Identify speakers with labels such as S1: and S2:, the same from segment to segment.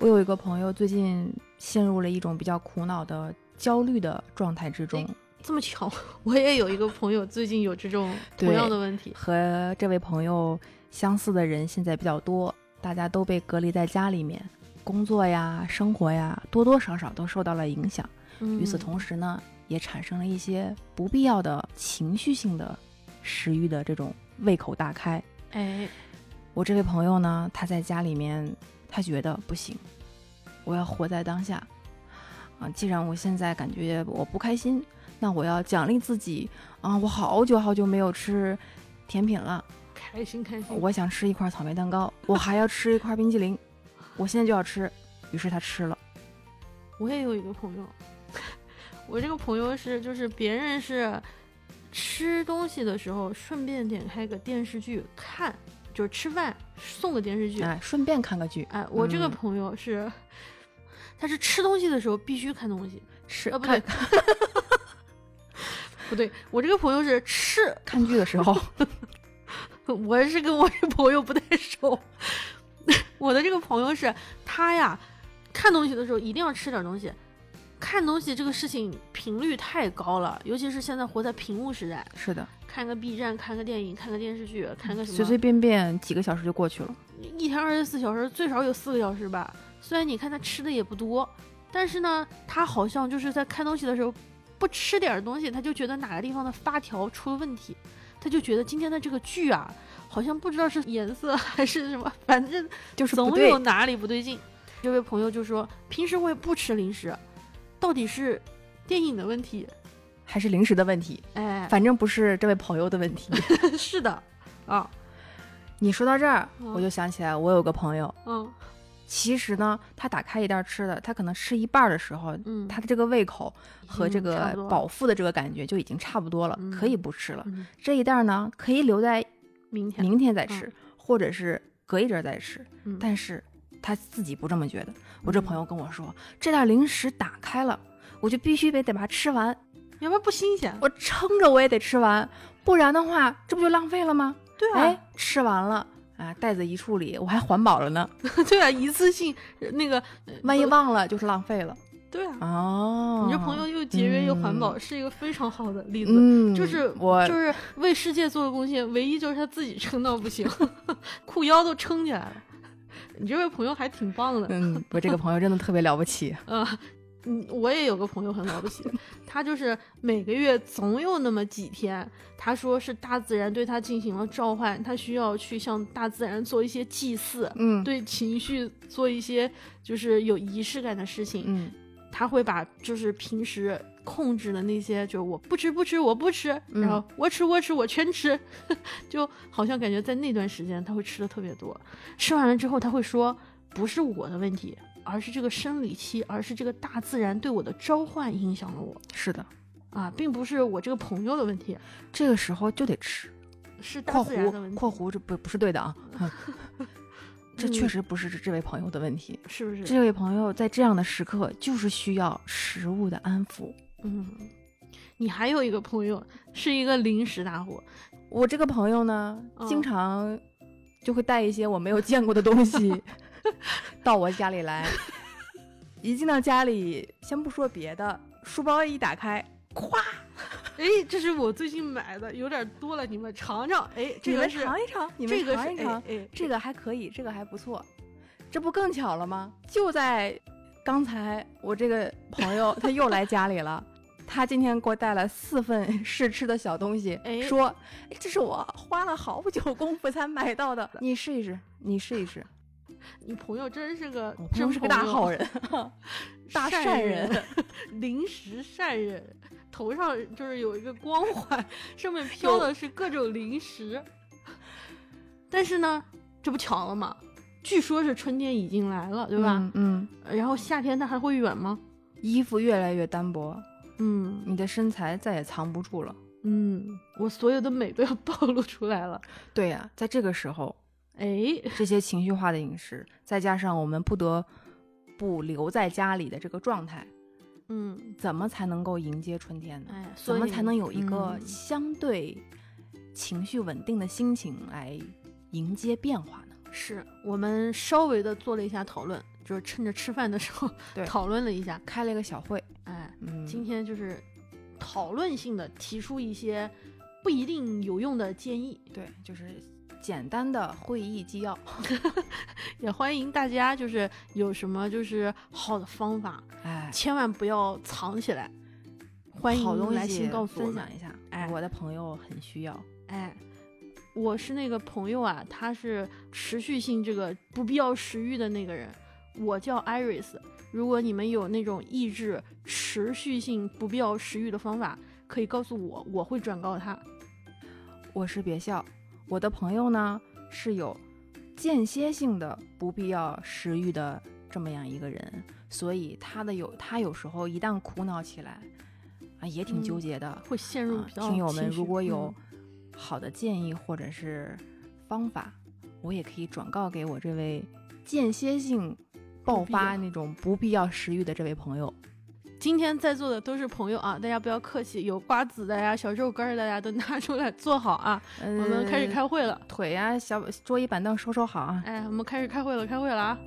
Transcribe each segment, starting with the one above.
S1: 有一个朋友最近陷入了一种比较苦恼的焦虑的状态之中，
S2: 这么巧，我也有一个朋友最近有这 种同样的问题。
S1: 和这位朋友相似的人现在比较多，大家都被隔离在家里面，工作呀、生活呀，多多少少都受到了影响。
S2: 嗯
S1: 与此同时呢，也产生了一些不必要的情绪性的食欲的这种胃口大开。
S2: 哎，
S1: 我这位朋友呢，他在家里面，他觉得不行，我要活在当下啊！既然我现在感觉我不开心，那我要奖励自己啊！我好久好久没有吃甜品了，
S2: 开心开心，
S1: 我想吃一块草莓蛋糕，我还要吃一块冰激凌，我现在就要吃。于是他吃了，
S2: 我也有一个朋友， 我这个朋友是就是别人是吃东西的时候顺便点开个电视剧看，就是吃饭送个电视剧。
S1: 哎，顺便看个剧，
S2: 哎，我这个
S1: 嗯
S2: 朋友是，他是吃东西的时候必须看东西。
S1: 吃、
S2: 啊不对
S1: 看
S2: 不对，我这个朋友是吃，
S1: 看剧的时 候，
S2: 我是跟我这朋友不太熟。 我的这个朋友是他呀，看东西的时候一定要吃点东西。看东西这个事情频率太高了，尤其是现在活在屏幕时代，
S1: 是的，
S2: 看个 B 站，看个电影，看个电视剧，看个什么，
S1: 嗯随随便便几个小时就过去了。
S2: 一天二十四小时最少有四个小时吧。虽然你看他吃的也不多，但是呢，他好像就是在看东西的时候不吃点儿东西，他就觉得哪个地方的发条出了问题，他就觉得今天的这个剧啊，好像不知道是颜色啊还是什么，反正
S1: 就是不
S2: 总
S1: 对
S2: 有哪里不对劲。这位朋友就说，平时我也不吃零食，到底是电影的问题？
S1: 还是零食的问题，
S2: 哎，
S1: 反正不是这位朋友的问题。
S2: 是的，啊，
S1: 你说到这儿，
S2: 嗯
S1: 我就想起来，我有个朋友，
S2: 嗯
S1: 其实呢，他打开一袋吃的，他可能吃一半的时候，
S2: 嗯，
S1: 他的这个胃口和这
S2: 嗯
S1: 个
S2: 差不多
S1: 饱腹的这个感觉就已经差不多了，
S2: 嗯
S1: 可以不吃了。
S2: 嗯
S1: 这一袋呢，可以留在
S2: 明天，
S1: 明天再吃，或者是隔一阵儿再吃。
S2: 嗯
S1: 但是他自己不这么觉得。我这朋友跟我说，这袋零食打开了，我就必须得得把它吃完，
S2: 要不然不新鲜。
S1: 我撑着我也得吃完，不然的话，这不就浪费了吗？
S2: 对啊，
S1: 哎，吃完了啊，袋子一处理，我还环保了呢。
S2: 对啊，一次性呃那个，呃
S1: 万一
S2: 不
S1: 忘了就是浪费了。
S2: 对啊，
S1: 哦，
S2: 你这朋友又节约又环保，
S1: 嗯
S2: 是一个非常好的例子。
S1: 嗯，
S2: 就是
S1: 我
S2: 就是为世界做的贡献，唯一就是他自己撑到不行， 裤腰都撑起来了。你这位朋友还挺棒的，
S1: 嗯，我这个朋友真的特别了不 起。
S2: 嗯、嗯，我也有个朋友很了不起，他就是每个月总有那么几天，他说是大自然对他进行了召唤，他需要去向大自然做一些祭祀，
S1: 嗯，，
S2: 对情绪做一些就是有仪式感的事情。
S1: 嗯
S2: 他会把就是平时控制的那些，就是我不吃不吃我不吃，
S1: 嗯
S2: 然后我吃我吃我全吃， 就好像感觉在那段时间他会吃的特别多，吃完了之后他会说不是我的问题，而是这个生理期，而是这个大自然对我的召唤影响了我
S1: 是的，
S2: 啊，并不是我这个朋友的问题，
S1: 这个时候就得吃。
S2: 是大
S1: 括
S2: 自然的
S1: 弧
S2: 问题，
S1: 括弧这不不是对的 啊， 这确
S2: 嗯
S1: 实不是这这位朋友的问题。
S2: 是不是？
S1: 这位朋友在这样的时刻就是需要食物的安抚。
S2: 嗯，你还有一个朋友是一个零食大户，
S1: 我这个朋友呢，
S2: 嗯
S1: 经常就会带一些我没有见过的东 西 到我家里来。一进到家里，先不说别的，书包一打开，咵，
S2: 哎，这是我最近买的，有点多了，你们尝尝，哎，这
S1: 你
S2: 个
S1: 们
S2: 是。
S1: 尝一尝，你
S2: 这
S1: 们
S2: 个
S1: 尝一
S2: 是
S1: 尝，
S2: 哎哎
S1: 这个还可以，这个还不错，这不更巧了吗？就在刚才，我这个朋友他又来家里了。他今天给我带了四份试吃的小东西，
S2: 哎
S1: 说哎这是我花了好久功夫才买到的，你试一试，你试一试。
S2: 你朋友真是个
S1: 我
S2: 真
S1: 真哦是个大
S2: 朋友
S1: 好，人，大善
S2: 人，
S1: 人
S2: 临时善人，头上就是有一个光环，上面飘的是各种零食。但是呢，这不巧了吗？据说是春天已经来了，对
S1: 对吧
S2: 吧？？
S1: 嗯，
S2: 然后夏天它还会远吗？
S1: 衣服越来越单薄，
S2: 嗯
S1: 你的身材再也藏不住了。
S2: 嗯，我所有的美都要暴露出来了。
S1: 对呀、在这个时候，
S2: 哎，
S1: 这些情绪化的饮食，再加上我们不得不留在家里的这个状态，
S2: 嗯，
S1: 怎么才能够迎接春天呢？
S2: 哎，所
S1: 怎
S2: 以
S1: 么才能有一个
S2: 嗯
S1: 相对情绪稳定的心情来迎接变化呢？
S2: 是我们稍微的做了一下讨论，就是趁着吃饭的时候
S1: 对
S2: 讨论了一下。
S1: 开了一个小会，
S2: 哎，
S1: 嗯，
S2: 今天就是讨论性的提出一些不一定有用的建议，
S1: 对，就是简单的会议纪要，
S2: 也欢迎大家就是有什么就是好的方法，
S1: 哎，
S2: 千万不要藏起来，欢
S1: 好
S2: 迎
S1: 东
S2: 来
S1: 西
S2: 信告诉我
S1: 分
S2: 们。
S1: 享一下，
S2: 哎
S1: 我的朋友很需要，
S2: 哎，我是那个朋友啊，他是持续性这个不必要食欲的那个人。我叫 Iris，如果你们有那种抑制持续性不必要食欲的方法，可以告诉我，我会转告他。
S1: 我是别笑，我的朋友呢是有间歇性的不必要食欲的这么样一个人，所以他的有他有时候一旦苦恼起来，啊也挺纠
S2: 嗯
S1: 结的。
S2: 会陷入
S1: 啊
S2: 比较、嗯
S1: 听友们如果有好的建议或者是方法，我也可以转告给我这位间歇性爆
S2: 不必
S1: 发
S2: 要
S1: 那种不必要食欲的这位朋友。
S2: 嗯今天在座的都是朋友啊，大家不要客气，有瓜子的呀、小肉干儿的呀，都拿出来做好啊。
S1: 我
S2: 我们开始开会了，
S1: 呃腿呀、小桌椅板凳收收好啊。
S2: 哎，我们开始开会了，开会了啊。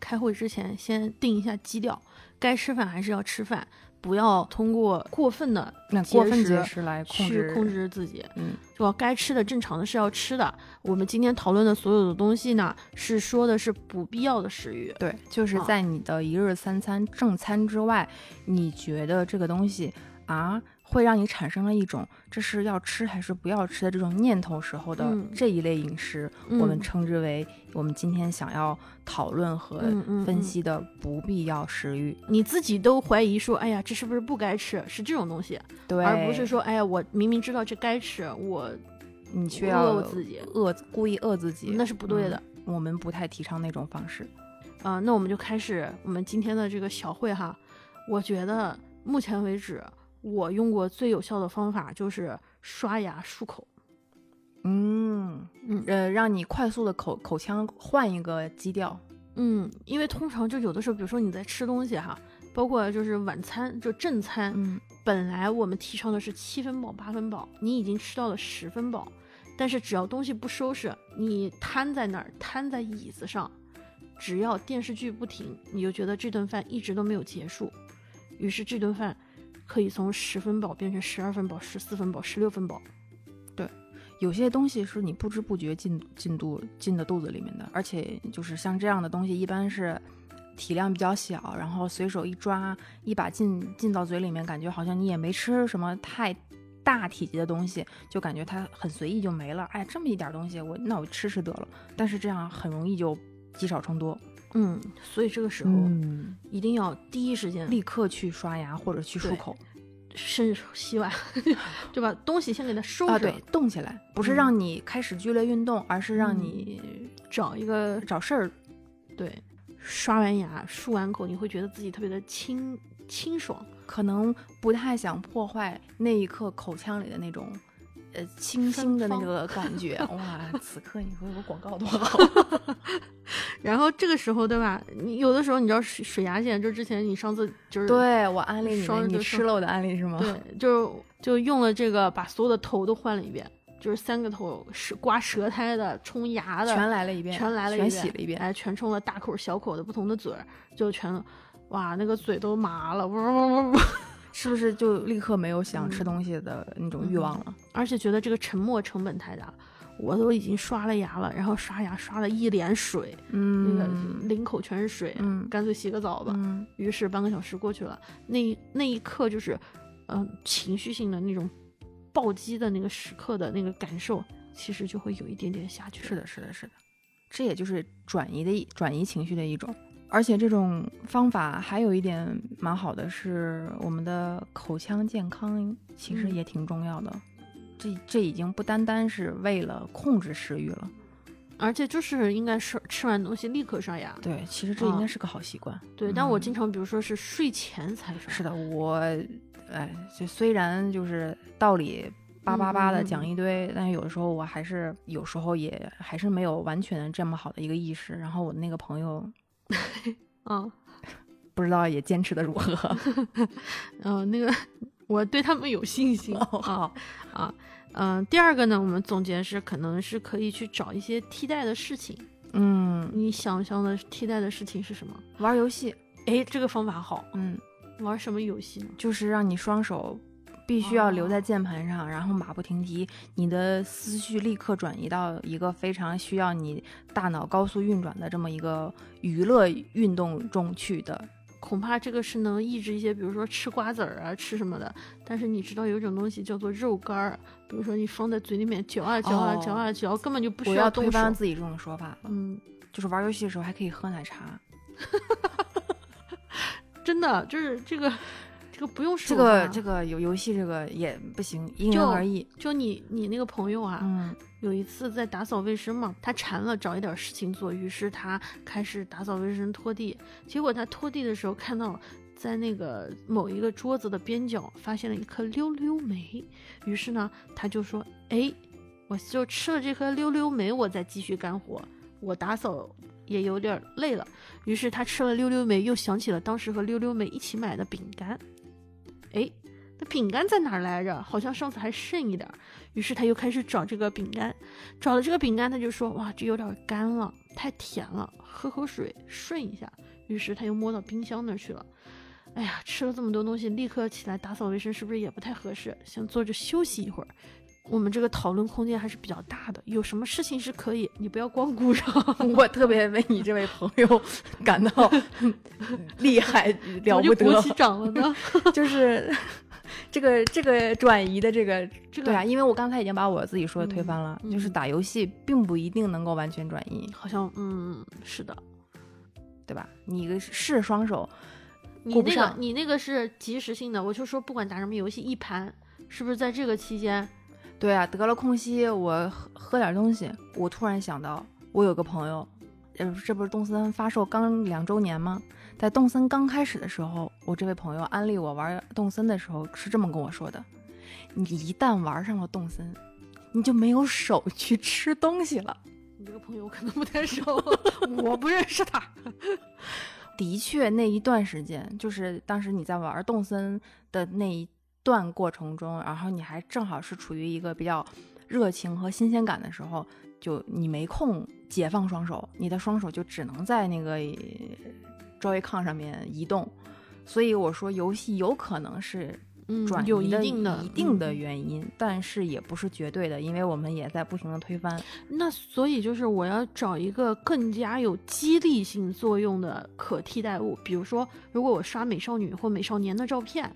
S2: 开会之前先定一下基调，该吃饭还是要吃饭，不要通过过分的
S1: 那
S2: 节
S1: 过分
S2: 食
S1: 节食来控
S2: 去
S1: 制
S2: 控，制自己。
S1: 嗯，
S2: 就要该吃的正常的是要吃的。我们今天讨论的所有的东西呢，是说的是不必要的食欲。
S1: 对，就是
S2: 啊
S1: 在你的一日三餐正餐之外，你觉得这个东西啊，会让你产生了一种这是要吃还是不要吃的这种念头时候的
S2: 嗯
S1: 这一类饮食，我们称之为我们今天想要讨论和
S2: 嗯嗯
S1: 分
S2: 嗯
S1: 析的不必要食欲。
S2: 你自己都怀疑说，哎呀，这是不是不该吃？是这种东西，
S1: 对，
S2: 而不是说，哎呀，我明明知道这该吃，我
S1: 你却要
S2: 饿我自己，
S1: 饿故意饿自己，
S2: 那是不对的。
S1: 我们不太提倡那种方式。
S2: 啊、那我们就开始我们今天的这个小会哈。我觉得目前为止，我用过最有效的方法就是刷牙漱口。
S1: 嗯，
S2: 嗯
S1: 呃，让你快速的口口腔换一个基调。
S2: 嗯，因为通常就有的时候，比如说你在吃东西哈，包括就是晚餐，就正餐，
S1: 嗯，
S2: 本来我们提倡的是七分饱、八分饱，你已经吃到了十分饱，但是只要东西不收拾，你瘫在那儿，瘫在椅子上，只要电视剧不停，你就觉得这顿饭一直都没有结束，于是这顿饭可以从十分饱变成十二分饱、十四分饱、十六分饱。
S1: 有些东西是你不知不觉进进肚进的肚子里面的，而且就是像这样的东西，一般是体量比较小，然后随手一抓一把进进到嘴里面，感觉好像你也没吃什么太大体积的东西，就感觉它很随意就没了。哎，这么一点东西，我那我吃吃得了。但是这样很容易就积少成多，
S2: 嗯，所以这个时候、
S1: 嗯，
S2: 一定要第一时间
S1: 立刻去刷牙或者去漱
S2: 对
S1: 口
S2: 伸手 洗碗，就把东西先给它收拾，
S1: 啊，对，动起来，不是
S2: 嗯
S1: 让你开始剧烈运动，而是让
S2: 嗯
S1: 你
S2: 找一个
S1: 找事儿。
S2: 对，刷完牙、漱完口，你会觉得自己特别的清清爽。
S1: 可能不太想破坏那一刻口腔里的那种，呃，清
S2: 芬
S1: 新的那
S2: 芳
S1: 个感觉。 哇，此刻你会有个广告多好！
S2: 然后这个时候，对吧？你有的时候你知道水水牙线，就之前你上次就是
S1: 对我安利你
S2: 双
S1: 的，
S2: 人
S1: 你
S2: 对
S1: 吃
S2: 双
S1: 了我的安利是吗？
S2: 对，就就用了这个，把所有的头都换了一遍，就是三个头是刮舌苔的、冲牙的，
S1: 全来了一遍，
S2: 全来了一
S1: 全
S2: 遍，
S1: 洗了一遍。
S2: 哎，全冲了大口小口的不同的嘴儿，就全哇那个嘴都麻了，嗡嗡嗡 嗡，
S1: 是不是就立刻没有想吃
S2: 嗯
S1: 东西的那种欲
S2: 嗯
S1: 望了？
S2: 而且觉得这个沉没成本太大了。我都已经刷了牙了，然后刷牙刷了一脸水，那个
S1: 嗯，
S2: 领口全是水，
S1: 嗯
S2: 干脆洗个澡吧。
S1: 嗯，
S2: 于是半个小时过去了，那一那一刻就是，嗯、情绪性的那种暴击的那个时刻的那个感受，其实就会有一点点下去。
S1: 是，的，是的，是的，这也就是转移的一转移情绪的一种。而且这种方法还有一点蛮好的是，我们的口腔健康其实
S2: 嗯
S1: 也挺重要的。这这已经不单单是为了控制食欲了，
S2: 而且就是应该是吃完东西立刻刷牙。
S1: 对，其实这应该是个好习惯。
S2: 啊对，但我
S1: 嗯
S2: 经常比如说是睡前才刷。
S1: 是的，我，哎，就虽然就是道理叭叭叭的
S2: 嗯嗯嗯
S1: 讲一堆，但是有的时候我还是有时候也还是没有完全这么好的一个意识。然后我那个朋友
S2: 嗯，
S1: 不知道也坚持的如何。
S2: 嗯、那个我对他们有信心啊
S1: 好
S2: 啊，嗯、第二个呢，我们总结是可能是可以去找一些替代的事情。
S1: 嗯，
S2: 你想象的替代的事情是什么？
S1: 玩游戏，
S2: 哎，这个方法好，
S1: 嗯，
S2: 玩什么游戏呢？
S1: 就是让你双手必须要留在键盘上，然后马不停蹄，你的思绪立刻转移到一个非常需要你大脑高速运转的这么一个娱乐运动中去的。
S2: 恐怕这个是能抑制一些，比如说吃瓜子儿啊，吃什么的。但是你知道有一种东西叫做肉干儿，比如说你放在嘴里面嚼啊嚼啊
S1: 哦
S2: 嚼啊嚼，根本就不需
S1: 我要推
S2: 动手。
S1: 翻自己这种说法了，
S2: 嗯，
S1: 就是玩游戏的时候还可以喝奶茶，
S2: 真的就是这个，这个不用手
S1: 这个
S2: 吧
S1: 这个有游戏这个也不行，因
S2: 就
S1: 人而异。
S2: 就你你那个朋友啊，
S1: 嗯
S2: 有一次在打扫卫生嘛，他馋了，找一点事情做，于是他开始打扫卫生、拖地。结果他拖地的时候，看到在那个某一个桌子的边角发现了一颗溜溜梅，于是呢，他就说：“哎，我就吃了这颗溜溜梅，我再继续干活，我打扫。”也有点累了，于是他吃了溜溜梅，又想起了当时和溜溜梅一起买的饼干。哎，那饼干在哪儿来着？好像上次还剩一点儿。于是他又开始找这个饼干，找了这个饼干，他就说：“哇，这有点干了，太甜了，喝口水顺一下。”于是他又摸到冰箱那儿去了。哎呀，吃了这么多东西，立刻起来打扫卫生是不是也不太合适？想坐着休息一会儿。我们这个讨论空间还是比较大的，有什么事情是可以，你不要光顾着。
S1: 我特别为你这位朋友感 到厉害了不
S2: 我就鼓
S1: 得
S2: 起，掌了 呢。
S1: 就是这个这个转移的这个
S2: 这
S1: 对啊，
S2: 个
S1: 因为我刚才已经把我自己说的推翻了，
S2: 嗯
S1: 就是打游戏并不一定能够完全转移，
S2: 好像嗯是的，
S1: 对吧？你一个是双手，
S2: 你
S1: 顾不
S2: 那个
S1: 上
S2: 你那个是及时性的，我就说不管打什么游戏，一盘是不是在这个期间？
S1: 对啊，得了空隙我喝喝点东西，我突然想到我有个朋友，呃，这不是动森发售刚两周年吗？在动森刚开始的时候，我这位朋友安利我玩动森的时候是这么跟我说的：你一旦玩上了动森，你就没有手去吃东西了。
S2: 你这个朋友我可能不太熟， 我不认识他。
S1: 的确，那一段时间，就是当时你在玩动森的那一段过程中，然后你还正好是处于一个比较热情和新鲜感的时候，就你没空解放双手，你的双手就只能在那个呃 Joy-Con 上面移动。所以我说，游戏有可能是
S2: 嗯
S1: 转
S2: 有
S1: 移
S2: 一
S1: 的
S2: 定的
S1: 一定的
S2: 嗯
S1: 原因，但是也不是绝对的，因为我们也在不停的推翻。
S2: 那所以就是我要找一个更加有激励性作用的可替代物，比如说，如果我刷美少女或美少年的照片，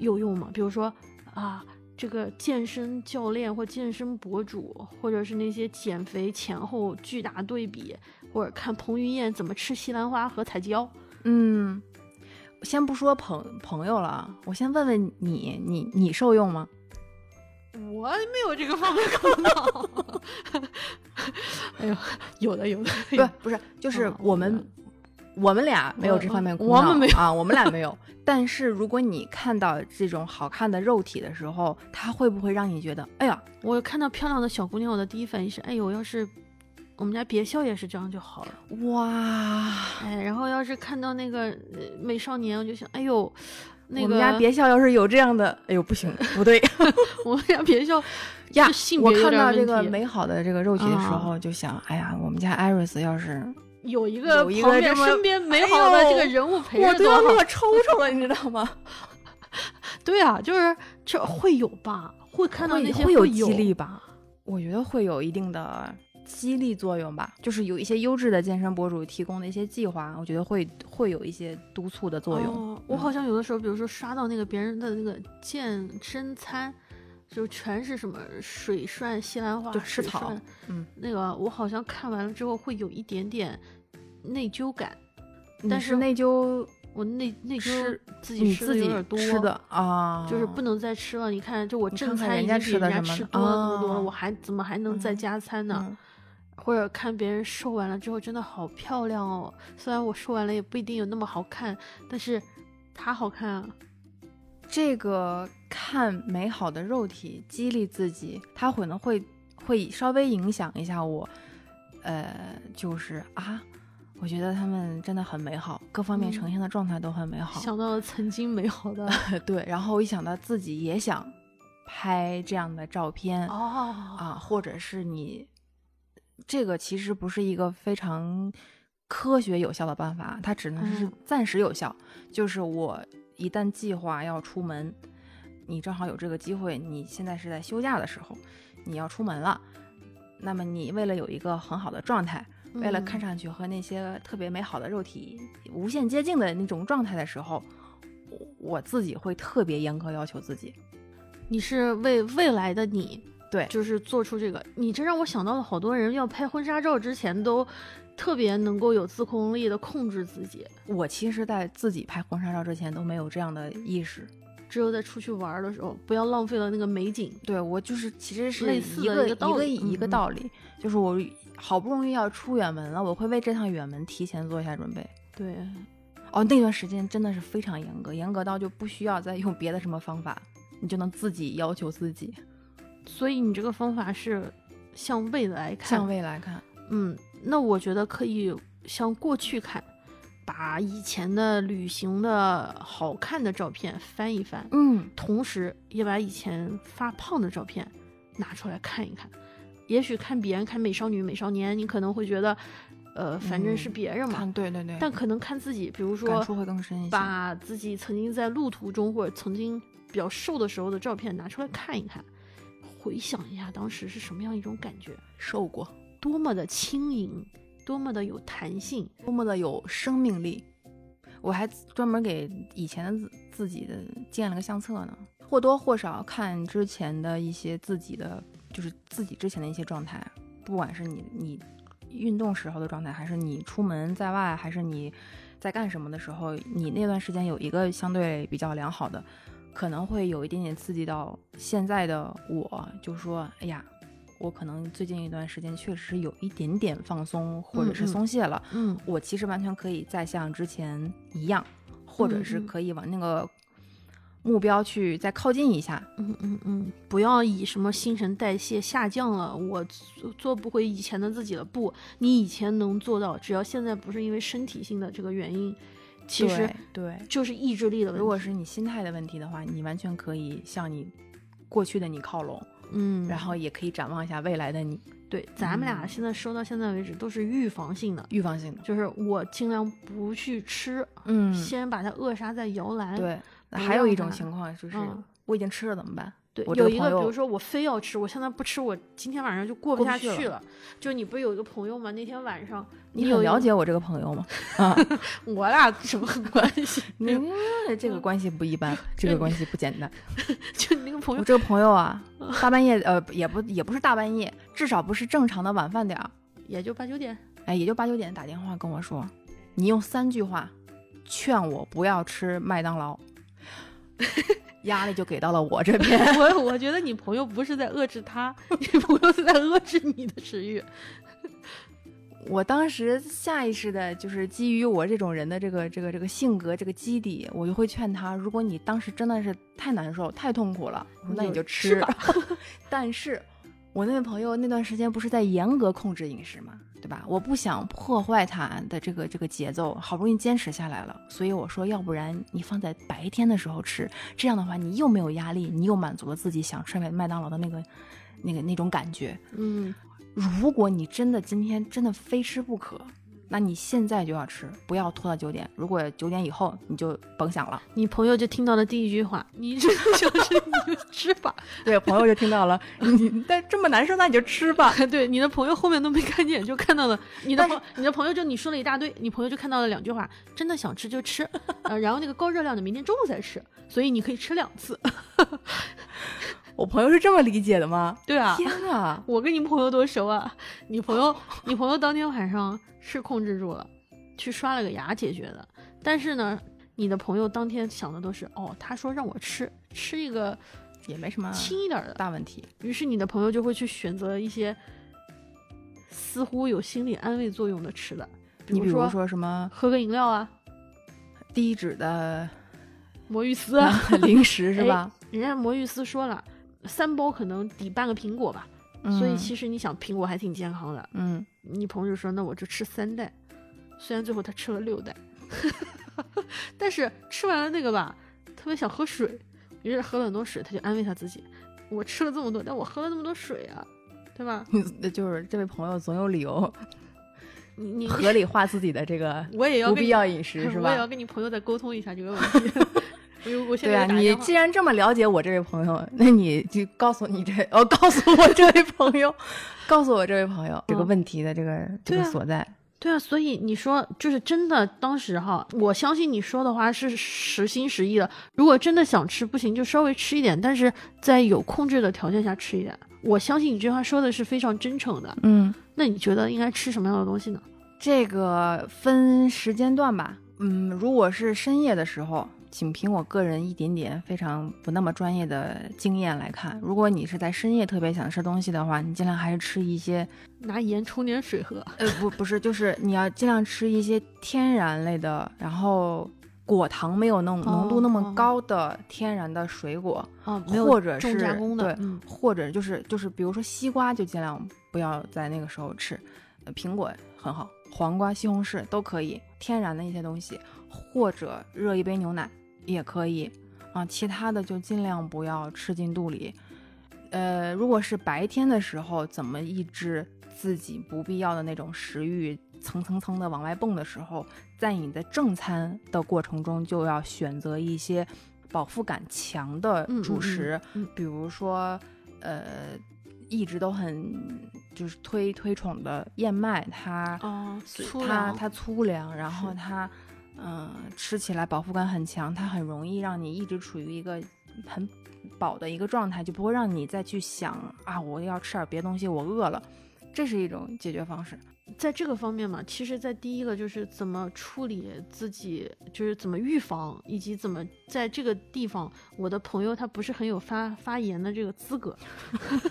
S2: 有用吗？比如说啊，这个健身教练或健身博主，或者是那些减肥前后巨大对比，或者看彭于晏怎么吃西兰花和彩椒，
S1: 嗯，先不说朋朋友了啊，我先问问你，你你受用吗？
S2: 我没有这个方面 苦恼。 哎呦，有的有的，有
S1: 不
S2: 的，
S1: 不是，就是
S2: 嗯
S1: 我们、我们俩没有这方面苦恼，
S2: 我我们没有
S1: 啊，我们俩没有。 但是如果你看到这种好看的肉体的时候，它会不会让你觉得，哎呀，
S2: 我看到漂亮的小姑娘，我的第一反应是，哎呦，要是我们家别校也是这样就好了。
S1: 哇，
S2: 哎，然后要是看到那个呃美少年，我就想，哎呦，那个
S1: 我们家别校要是有这样的，哎呦，不行，不 对
S2: 我们家别校
S1: 呀
S2: 这性
S1: 我
S2: 别有
S1: 看
S2: 点
S1: 到
S2: 问
S1: 这个
S2: 题啊
S1: 美好的这个肉体的时候，就想，哎呀，我们家艾瑞斯要是，
S2: 有一个
S1: 有一
S2: 旁
S1: 个
S2: 边
S1: 这么
S2: 身边美好的
S1: 哎呦
S2: 这个人物陪
S1: 我
S2: 着
S1: 都
S2: 多
S1: 要
S2: 好。
S1: 乐抽抽了，你知道吗？
S2: 对啊，就是这会有吧，会看到
S1: 会
S2: 那些
S1: 会
S2: 有
S1: 有激励吧？我觉得会有一定的激励作用吧，就是有一些优质的健身博主提供的一些计划，我觉得会会有一些督促的作用。嗯
S2: 哦我好像有的时候，比如说刷到那个别人的那个健身餐，就全是什么水涮西兰花、
S1: 就吃
S2: 水
S1: 草
S2: 涮
S1: 嗯，
S2: 那个我好像看完了之后会有一点点内疚感，
S1: 你
S2: 但
S1: 是
S2: 是
S1: 内疚
S2: 我内内疚
S1: 是
S2: 自己
S1: 你
S2: 吃的
S1: 自
S2: 有
S1: 己
S2: 点多，
S1: 吃的啊，
S2: 就是不能再吃了。你看，就我
S1: 你
S2: 正
S1: 看看
S2: 餐
S1: 人
S2: 已
S1: 家
S2: 经比
S1: 吃的
S2: 人家
S1: 什么了
S2: 吃多了那么多了，
S1: 啊
S2: 我还怎么还能再
S1: 嗯
S2: 加餐呢？
S1: 嗯
S2: 或者看别人瘦完了之后真的好漂亮哦，虽然我瘦完了也不一定有那么好看，但是她好看啊。
S1: 这个看美好的肉体激励自己，它可能会会稍微影响一下我，呃，就是啊，我觉得他们真的很美好，各方面
S2: 嗯
S1: 呈现的状态都很美好。
S2: 想到了曾经美 好的
S1: 对，然后一想到自己也想拍这样的照片，
S2: 哦，
S1: 啊，或者是你这个其实不是一个非常科学有效的办法，它只能是
S2: 嗯
S1: 暂时有效。就是我一旦计划要出门，你正好有这个机会，你现在是在休假的时候，你要出门了。那么你为了有一个很好的状态，为了看
S2: 上
S1: 上去和那些特别美好的肉体无限接近的那种状态的时候，我我自己会特别严格要求自己。
S2: 你是为未来的你，
S1: 对
S2: 就是做出这个，你这让我想到了好多人要拍婚纱照之前都特别能够有自控力的控制自己，
S1: 我其实，在自己拍婚纱照之前都没有这样的意识。
S2: 只有在出去玩儿的时候，不要浪费了那个美景。
S1: 对我就是，其实是
S2: 类似
S1: 一
S2: 的
S1: 个
S2: 一个道理
S1: 一个
S2: 嗯嗯
S1: 道理，就是我好不容易要出远门了，我会为这趟远门提前做一下准备。
S2: 对，
S1: 哦，那段时间真的是非常严格，严格到就不需要再用别的什么方法，你就能自己要求自己，
S2: 所以你这个方法是向未来看，
S1: 向未来看。
S2: 嗯，那我觉得可以向过去看，把以前的旅行的好看的照片翻一翻，
S1: 嗯，
S2: 同时也把以前发胖的照片拿出来看一看。也许看别人看美少女、美少年，你可能会觉得，呃，反正是
S1: 嗯
S2: 别人嘛。
S1: 看对对对，
S2: 但可能看自己，比如
S1: 感
S2: 说
S1: 触会更深一些。
S2: 把自己曾经在路途中或者曾经比较瘦的时候的照片拿出来看一看，回想一下当时是什么样一种感觉，
S1: 受过，
S2: 多么的轻盈，多么的有弹性。
S1: 多么的有生命力。我还专门给以前的自自己的建了个相册呢，或多或少看之前的一些自己的，就是自己之前的一些状态，不管是你你运动时候的状态，还是你出门在外，还是你在干什么的时候，你那段时间有一个相对比较良好的，可能会有一点点刺激到现在的我，就说哎呀，我可能最近一段时间确实是有一点点放松或者
S2: 嗯
S1: 是
S2: 嗯
S1: 松懈了。
S2: 嗯，
S1: 我其实完全可以再像之前一样，或者是
S2: 嗯嗯
S1: 可以往那个目标去再靠近一下。
S2: 嗯嗯嗯，不要以什么新陈代谢下降了，我做做不回以前的自己了。不，你以前能做到，只要现在不是因为身体性的这个原因，其实
S1: 对，
S2: 就是意志力的
S1: 对
S2: 问题。
S1: 如果是你心态的问题的话，你完全可以向你过去的你靠拢，
S2: 嗯，
S1: 然后也可以展望一下未来的你，
S2: 对，咱们俩
S1: 嗯
S2: 现在说到现在为止都是预防性的，
S1: 预防性的。
S2: 就是我尽量不去吃，
S1: 嗯
S2: 先把它扼杀在摇篮。
S1: 对。那
S2: 不
S1: 还有
S2: 让
S1: 一种
S2: 它
S1: 情况就是
S2: 嗯，
S1: 我已经吃了怎么办？
S2: 对
S1: 我，这
S2: 有
S1: 个
S2: 一
S1: 朋
S2: 个，比
S1: 友
S2: 如说我非要吃，我现在不吃，我今天晚上就过不
S1: 过不
S2: 下
S1: 去
S2: 去
S1: 了
S2: 了。就你不是有一个朋友吗？那天晚上
S1: 你
S2: 有
S1: 很
S2: 一
S1: 了
S2: 个
S1: 解我这个朋友 吗？啊，
S2: 我俩什么 关系？
S1: 你这
S2: 嗯
S1: 个关系不一般， 这个关系不简单。
S2: 就你那个朋
S1: 我
S2: 友，
S1: 这个朋友 啊，大半夜呃也不也不是大半夜，至少不是正常的晚饭点儿，
S2: 也就八九点。
S1: 哎，也就八九点打电话跟我说，你用三句话劝我不要吃麦当劳， 压力就给到了我这边。
S2: 我我觉得你朋友不是在遏制他， 你朋友是在遏制你的食欲。
S1: 我当时下意识的就是基于我这种人的这个这个这个性格这个基底，我就会劝他，如果你当时真的是太难受太痛苦了，我说那
S2: 你
S1: 你就
S2: 就吃
S1: 吧。 但是，我那位朋友那段时间不是在严格控制饮食嘛，对吧？我不想破坏他的这个这个节奏，好不容易坚持下来了，所以我说，要不然你放在白天的时候吃，这样的话你又没有压力，你又满足了自己想吃麦麦当劳的那个那个那种感觉。
S2: 嗯，
S1: 如果你真的今天真的非吃不可，那你现在就要吃，不要拖到九点。如果九点以后你就甭想了。
S2: 你朋友就听到了第一句话，你真的想吃你 就吃吧。
S1: 对，朋友就听到了， 你但这么难受，那你就吃 吧。
S2: 对，你的朋友后面都没看见，就看到了你的
S1: 但是
S2: 朋你的朋友就你说了一大堆，你朋友就看到了两句话，真的想吃就吃， 呃，然后那个高热量的明天中午再吃，所以你可以吃两次。
S1: 我朋友是这么理解的吗？
S2: 对啊，
S1: 天啊！
S2: 我跟你朋友多熟啊，你朋友你朋友当天晚上是控制住了，去刷了个牙解决的，但是呢，你的朋友当天想的都是哦，他说让我吃吃一个
S1: 也没什么
S2: 轻一点的，
S1: 嗯大问题。
S2: 于是你的朋友就会去选择一些似乎有心理安慰作用的吃的，
S1: 你比
S2: 如
S1: 如说什么
S2: 喝个饮料啊，
S1: 低脂的
S2: 魔芋丝啊，
S1: 零食是吧？
S2: 人家魔芋丝说了，三包可能抵半个苹果吧，所以
S1: 嗯
S2: 其实你想苹果还挺健康的。
S1: 嗯，
S2: 你朋友就说那我就吃三袋，虽然最后他吃了六袋， 但是吃完了那个吧，特别想喝水，于是喝了很多水，他就安慰他自己：我吃了这么多，但我喝了那么多水啊，对吧？
S1: 那 就是这位朋友总有理由
S2: 你你
S1: 合理化自己的这 个
S2: 我也要
S1: 不
S2: 跟
S1: 必
S2: 你
S1: 要饮 食，是
S2: 我也
S1: 吧
S2: 要？跟你朋友再沟通一下这个问 题。 我有我现
S1: 对
S2: 在
S1: 啊，
S2: 给他打
S1: 你
S2: 电话
S1: 既然这么了解我这位朋友，那你就告诉你这哦，告诉我这位朋友，告诉我这位朋友这个问题的这个、这
S2: 嗯对
S1: 个
S2: 啊
S1: 所在。
S2: 对啊，所以你说就是真的，当时哈，我相信你说的话是实心实意的。如果真的想吃，不行就稍微吃一点，但是在有控制的条件下吃一点。我相信你这话说的是非常真诚的。
S1: 嗯，
S2: 那你觉得应该吃什么样的东西呢？
S1: 这个分时间段吧。嗯，如果是深夜的时候，仅凭我个人一点点非常不那么专业的经验来看，如果你是在深夜特别想吃东西的话，你尽量还是吃一些
S2: 拿盐冲点水喝。
S1: 呃，不，不是，就是你要尽量吃一些天然类的，然后果糖没有那种浓度那
S2: 哦哦
S1: 么高的天然的水果，
S2: 啊，没有
S1: 或者是
S2: 重加工的，
S1: 对，
S2: 嗯，
S1: 或者就是就是比如说西瓜就尽量不要在那个时候吃，呃苹果很好，黄瓜、西红柿都可以，天然的一些东西，或者热一杯牛奶也可以啊，其他的就尽量不要吃进肚里。呃，如果是白天的时候，怎么抑制自己不必要的那种食欲蹭蹭蹭的往外蹦的时候，在你的正餐的过程中，就要选择一些饱腹感强的
S2: 嗯嗯
S1: 主
S2: 嗯
S1: 食，
S2: 嗯
S1: 比如说，呃，一直都很就是推推崇的燕麦，它、
S2: 哦，
S1: 它
S2: 粗粮，
S1: 它粗粮，然后
S2: 是
S1: 它嗯、吃起来饱腹感很强，它很容易让你一直处于一个很饱的一个状态，就不会让你再去想啊，我要吃点别的东西，我饿了，这是一种解决方式。
S2: 在这个方面嘛，其实，在第一个就是怎么处理自己，就是怎么预防，以及怎么在这个地方，我的朋友他不是很有发发言的这个资格，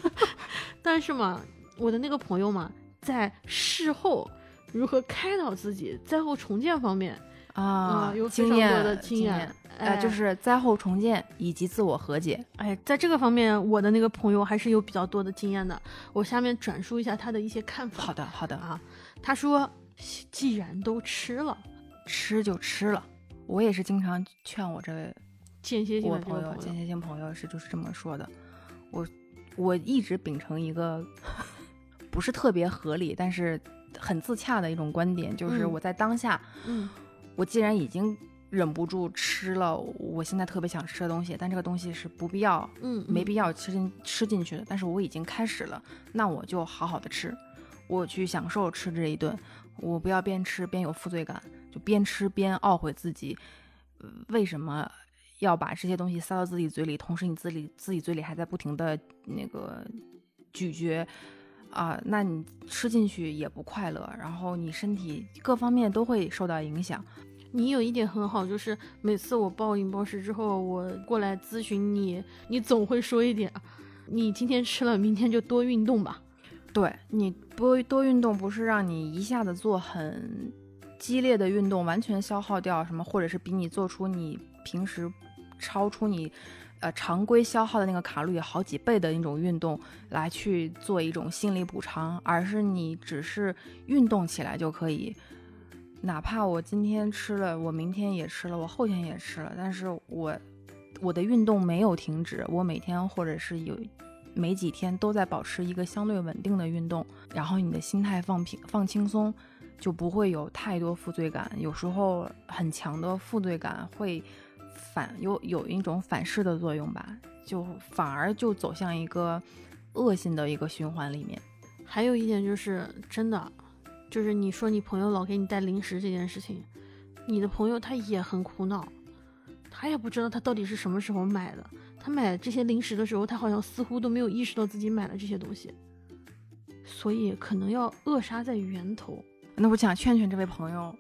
S2: 但是嘛，我的那个朋友嘛，在事后如何开导自己，灾后重建方面
S1: 啊，
S2: 嗯有非
S1: 经
S2: 常
S1: 验
S2: 多的
S1: 经
S2: 验，
S1: 呃，就是灾后重建以及自我和解。
S2: 哎，在这个方面，我的那个朋友还是有比较多的经验的。我下面转述一下他的一些看法。
S1: 好的，好的，
S2: 啊，他说，既然都吃了，
S1: 吃就吃了。我也是经常劝我这位
S2: 间歇性
S1: 我
S2: 的这个
S1: 朋友，间
S2: 朋友，
S1: 歇性朋友是就是这么说的。我我一直秉承一 个不是特别合理，但是很自洽的一种观点，就是
S2: 嗯
S1: 我在当下，
S2: 嗯
S1: 我既然已经忍不住吃了我现在特别想吃的东西，但这个东西是不必要
S2: 嗯，
S1: 没
S2: 嗯
S1: 必要吃进吃进去的，但是我已经开始了，那我就好好的吃，我去享受吃这一顿，我不要边吃边有负罪感，就边吃边懊悔自己，呃为什么要把这些东西塞到自己嘴里，同时你自己自己嘴里还在不停的那个咀嚼。啊，那你吃进去也不快乐，然后你身体各方面都会受到影响。
S2: 嗯你有一点很好，就是每次我暴饮暴食之后，我过来咨询你，你总会说一点，啊你今天吃了，明天就多运动吧。
S1: 对你多多运动，不是让你一下子做很激烈的运动，完全消耗掉什么，或者是比你做出你平时超出你呃常规消耗的那个卡路里好几倍的那种运动来去做一种心理补偿，而是你只是运动起来就可以。哪怕我今天吃了，我明天也吃了，我后天也吃了，但是我我的运动没有停止，我每天或者是有每几天都在保持一个相对稳定的运动，然后你的心态放平放轻松，就不会有太多负罪感。有时候很强的负罪感会反有有一种反噬的作用吧，就反而就走向一个恶性的一个循环里面。
S2: 还有一点就是，真的，就是你说你朋友老给你带零食这件事情，你的朋友他也很苦恼，他也不知道他到底是什么时候买的。他买这些零食的时候，他好像似乎都没有意识到自己买了这些东西，所以可能要扼杀在源头。
S1: 那我想劝劝这位朋友，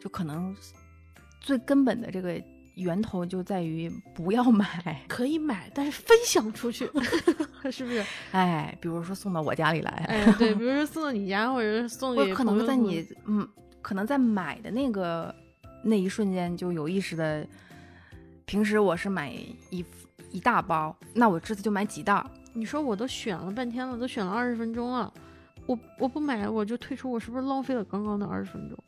S1: 就可能最根本的这个源头就在于不要买。
S2: 可以买，但是分享出去， 是不是？
S1: 哎，比如说送到我家里来，
S2: 哎，对，比如说送到你家，或者是送
S1: 我
S2: 给
S1: 可
S2: 朋
S1: 能
S2: 友
S1: 在
S2: 什么
S1: 你嗯，可能在买的那个那一瞬间就有意识的，平时我是买一一大包，那我这次就买几袋儿。
S2: 你说我都选了半天了，都选了二十分钟了，我我不买我就退出，我是不是浪费了刚刚的二十分钟？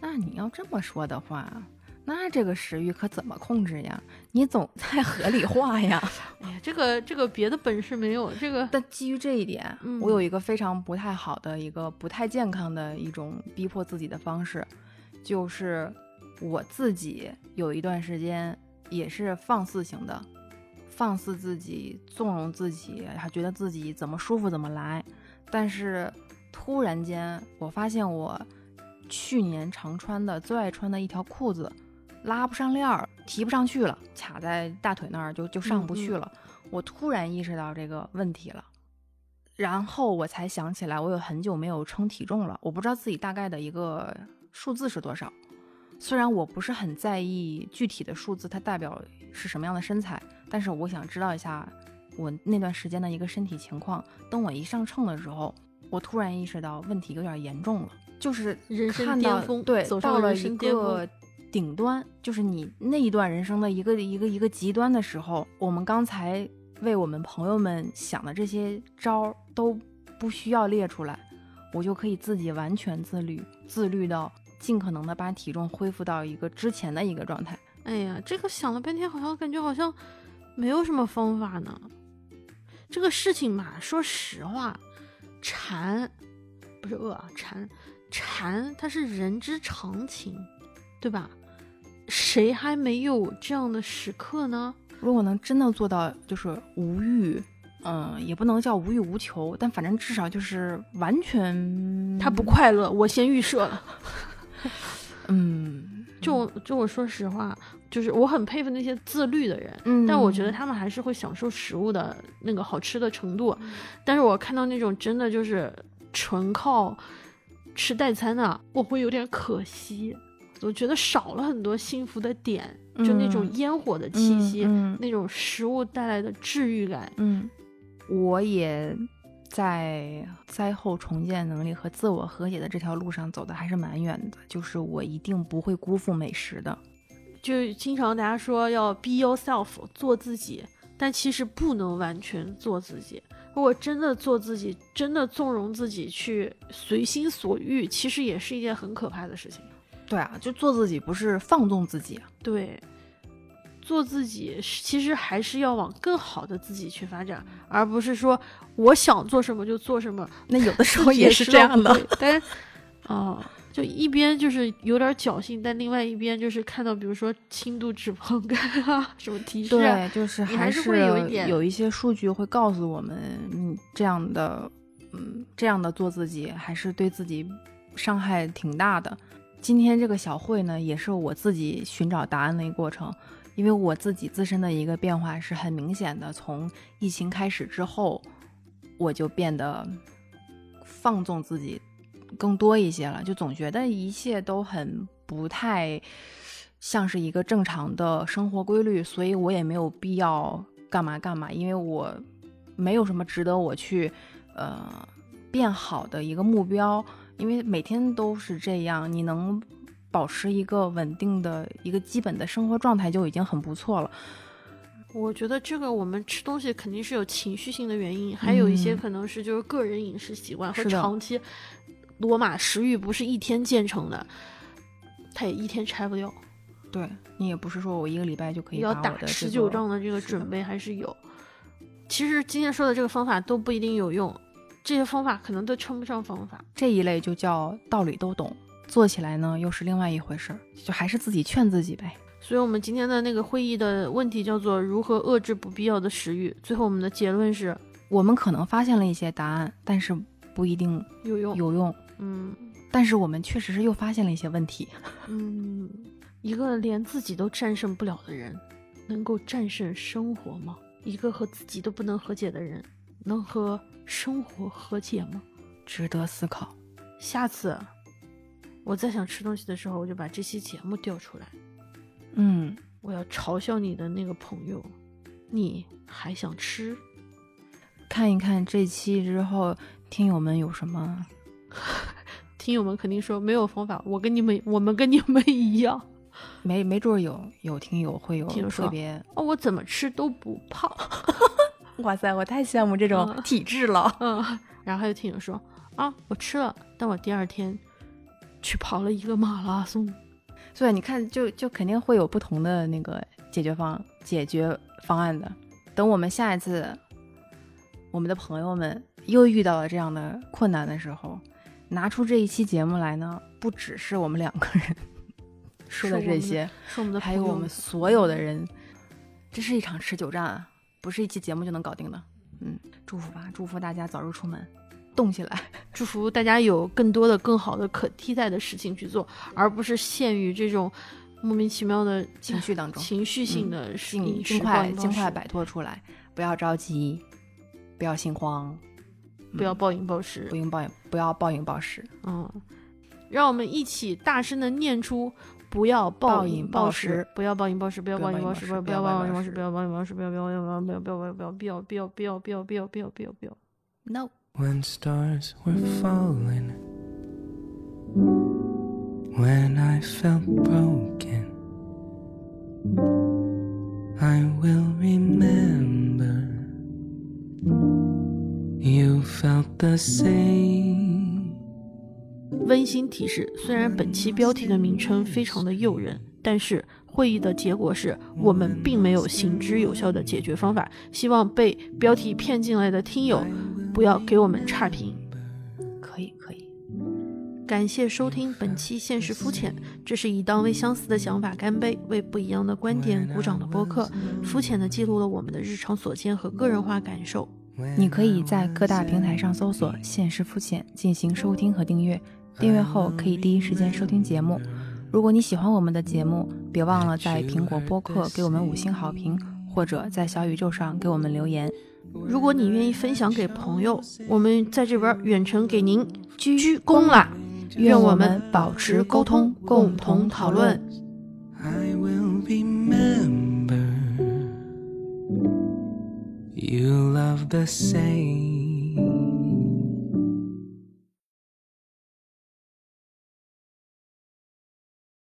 S1: 那你要这么说的话，那这个食欲可怎么控制呀？你总在合理化呀。
S2: 哎呀，这个这个别的本事没有，这个
S1: 但基于这一点，
S2: 嗯
S1: 我有一个非常不太好的一个不太健康的一种逼迫自己的方式，就是我自己有一段时间也是放肆型的，放肆自己，纵容自己，还觉得自己怎么舒服怎么来。但是突然间，我发现我去年常穿的最爱穿的一条裤子拉不上链儿，提不上去了，卡在大腿那儿就就上不去
S2: 嗯嗯
S1: 了。我突然意识到这个问题了，然后我才想起来，我有很久没有称体重了，我不知道自己大概的一个数字是多少。虽然我不是很在意具体的数字它代表是什么样的身材，但是我想知道一下我那段时间的一个身体情况。等我一上秤的时候，我突然意识到问题有点严重了，就是
S2: 人生
S1: 看
S2: 巅
S1: 到
S2: 峰
S1: 对，
S2: 走上
S1: 到了
S2: 人
S1: 一
S2: 生巅峰
S1: 个顶端，就是你那一段人生的一个一个一个极端的时候，我们刚才为我们朋友们想的这些招儿都不需要列出来，我就可以自己完全自律，自律到尽可能的把体重恢复到一个之前的一个状态。
S2: 哎呀，这个想了半天，好像感觉好像没有什么方法呢。这个事情嘛，说实话，馋不是饿啊，馋馋它是人之常情，对吧？谁还没有这样的时刻呢？
S1: 如果能真的做到就是无欲，嗯，也不能叫无欲无求，但反正至少就是完全
S2: 他不，快乐，我先预设了。
S1: 嗯，
S2: 就我就我说实话，就是我很佩服那些自律的人，
S1: 嗯，
S2: 但我觉得他们还是会享受食物的那个好吃的程度。
S1: 嗯
S2: 但是我看到那种真的就是纯靠吃代餐的，我会有点可惜，我觉得少了很多幸福的点，就那种
S1: 嗯
S2: 烟火的气息，
S1: 嗯嗯
S2: 那种食物带来的治愈感。
S1: 嗯，我也在灾后重建能力和自我和解的这条路上走的还是蛮远的，就是我一定不会辜负美食的。
S2: 就经常大家说要 be yourself，做自己，但其实不能完全做自己。如果真的做自己，真的纵容自己去随心所欲，其实也是一件很可怕的事情。
S1: 对啊，就做自己不是放纵自己啊。
S2: 对，做自己是其实还是要往更好的自己去发展，而不是说我想做什么就做 什么。
S1: 那有的时候
S2: 自己
S1: 也是这样的
S2: 知。道不对，但是，哦、就一边就是有点侥幸，但另外一边就是看到，比如说轻度脂肪肝啊，什么提示、啊，
S1: 对，就是
S2: 你
S1: 还
S2: 还是会有一点
S1: 有一些数据会告诉我们，嗯，这样的，嗯，这样的做自己还是对自己伤害挺大的。今天这个小会呢，也是我自己寻找答案的一个过程，因为我自己自身的一个变化是很明显的。从疫情开始之后，我就变得放纵自己更多一些了，就总觉得一切都很不太像是一个正常的生活规律，所以我也没有必要干嘛干嘛，因为我没有什么值得我去呃变好的一个目标，因为每天都是这样，你能保持一个稳定的一个基本的生活状态就已经很不错了。
S2: 我觉得这个我们吃东西肯定是有情绪性的原因，还有一些
S1: 嗯
S2: 可能是就是个人饮食习惯和
S1: 是的
S2: 长期罗马食欲不是一天建成的，它也一天拆不掉，
S1: 对你也不是说我一个礼拜就可以
S2: 要
S1: 把
S2: 打
S1: 我的
S2: 持
S1: 这
S2: 久
S1: 个
S2: 仗的这个
S1: 是的
S2: 准备还是有。其实今天说的这个方法都不一定有用，这些方法可能都称不上方法。
S1: 这一类就叫道理都懂，做起来呢又是另外一回事儿，就还是自己劝自己呗。
S2: 所以，我们今天的那个会议的问题叫做如何遏制不必要的食欲。最后，我们的结论是
S1: 我们可能发现了一些答案，但是不一定
S2: 有用。
S1: 有用。
S2: 嗯
S1: 但是我们确实是又发现了一些问题。
S2: 嗯，一个连自己都战胜不了的人，能够战胜生活吗？一个和自己都不能和解的人，能和生活和解吗？
S1: 值得思考。
S2: 下次我再想吃东西的时候，我就把这期节目调出来，
S1: 嗯，
S2: 我要嘲笑你的那个朋友，你还想吃？
S1: 看一看这期之后，听友们有什么？
S2: 听友们肯定说没有方法，我跟你们，我们跟你们一样。
S1: 没没准儿有有听友会有
S2: 听友说
S1: 特别，
S2: 哦，我怎么吃都不胖。
S1: 哇塞，我太羡慕这
S2: 种
S1: 体质了。
S2: 嗯，然后还有听友说啊，我吃了，但我第二天去跑了一个马拉松。
S1: 所以你看就，就肯定会有不同的那个解决方解决方案的。等我们下一次，我们的朋友们又遇到了这样的困难的时候，拿出这一期节目来呢，不只是我们两个 人说的
S2: 是我
S1: 这
S2: 们
S1: 些，
S2: 是我们的
S1: 还有
S2: 朋友
S1: 我们所有的人，这是一场持久战啊，不是一期节目就能搞定的。嗯，祝福吧，祝福大家早日出门，动起来。
S2: 祝福大家有更多的、更好的可替代的事情去做，而不是陷于这种莫名其妙的
S1: 情绪当中，
S2: 情绪性的时
S1: 嗯尽
S2: 时
S1: 尽
S2: 报
S1: 快
S2: 应
S1: 尽
S2: 暴
S1: 快
S2: 食，
S1: 摆脱出来，不要着急，不要心慌，
S2: 不要
S1: 嗯
S2: 暴饮暴食
S1: 不。用暴饮，不要暴饮暴食，
S2: 嗯，让我们一起大声的念出：不要
S1: 暴饮
S2: 饮
S1: 暴
S2: 食
S1: 食，
S2: 不要暴饮暴食，不要
S1: 不要
S2: 暴饮
S1: 暴饮
S2: 暴
S1: 暴
S2: 食，
S1: 食
S2: 不要
S1: 不
S2: 不
S1: 要
S2: 要
S1: 暴
S2: 暴
S1: 饮
S2: 饮
S1: 暴
S2: 暴
S1: 食
S2: 食，不要暴饮暴食，不要不要不要不要不要不要不要不要不要不要不要不要不要不要。
S1: No，
S3: When stars were falling, when I felt broken, I will remember you felt the same.
S2: 温馨提示：虽然本期标题的名称非常的诱人，但是会议的结果是我们并没有行之有效的解决方法。希望被标题骗进来的听
S3: 嗯
S2: 友不要给我们差评。
S1: 可以可以，
S2: 感谢收听本期《现实肤浅》，这是一档为相似的想法干杯、为不一样的观点鼓掌的播客，肤浅的记录了我们的日常所见和个人化感受。
S3: When
S1: 你可以在
S3: I
S1: 各大
S3: was
S1: 平台上搜索“现实肤浅”进行收听和订阅，订阅后可以第一时间收听节目。如果你喜欢我们的节目，别忘了在苹果播客给我们五星好评，或者在小宇宙上给我们留言。
S2: 如果你愿意分享给朋友，我们在这边远程给您鞠鞠躬啦！
S1: 愿我们保持沟通，共同讨论。
S3: I will remember you love the same.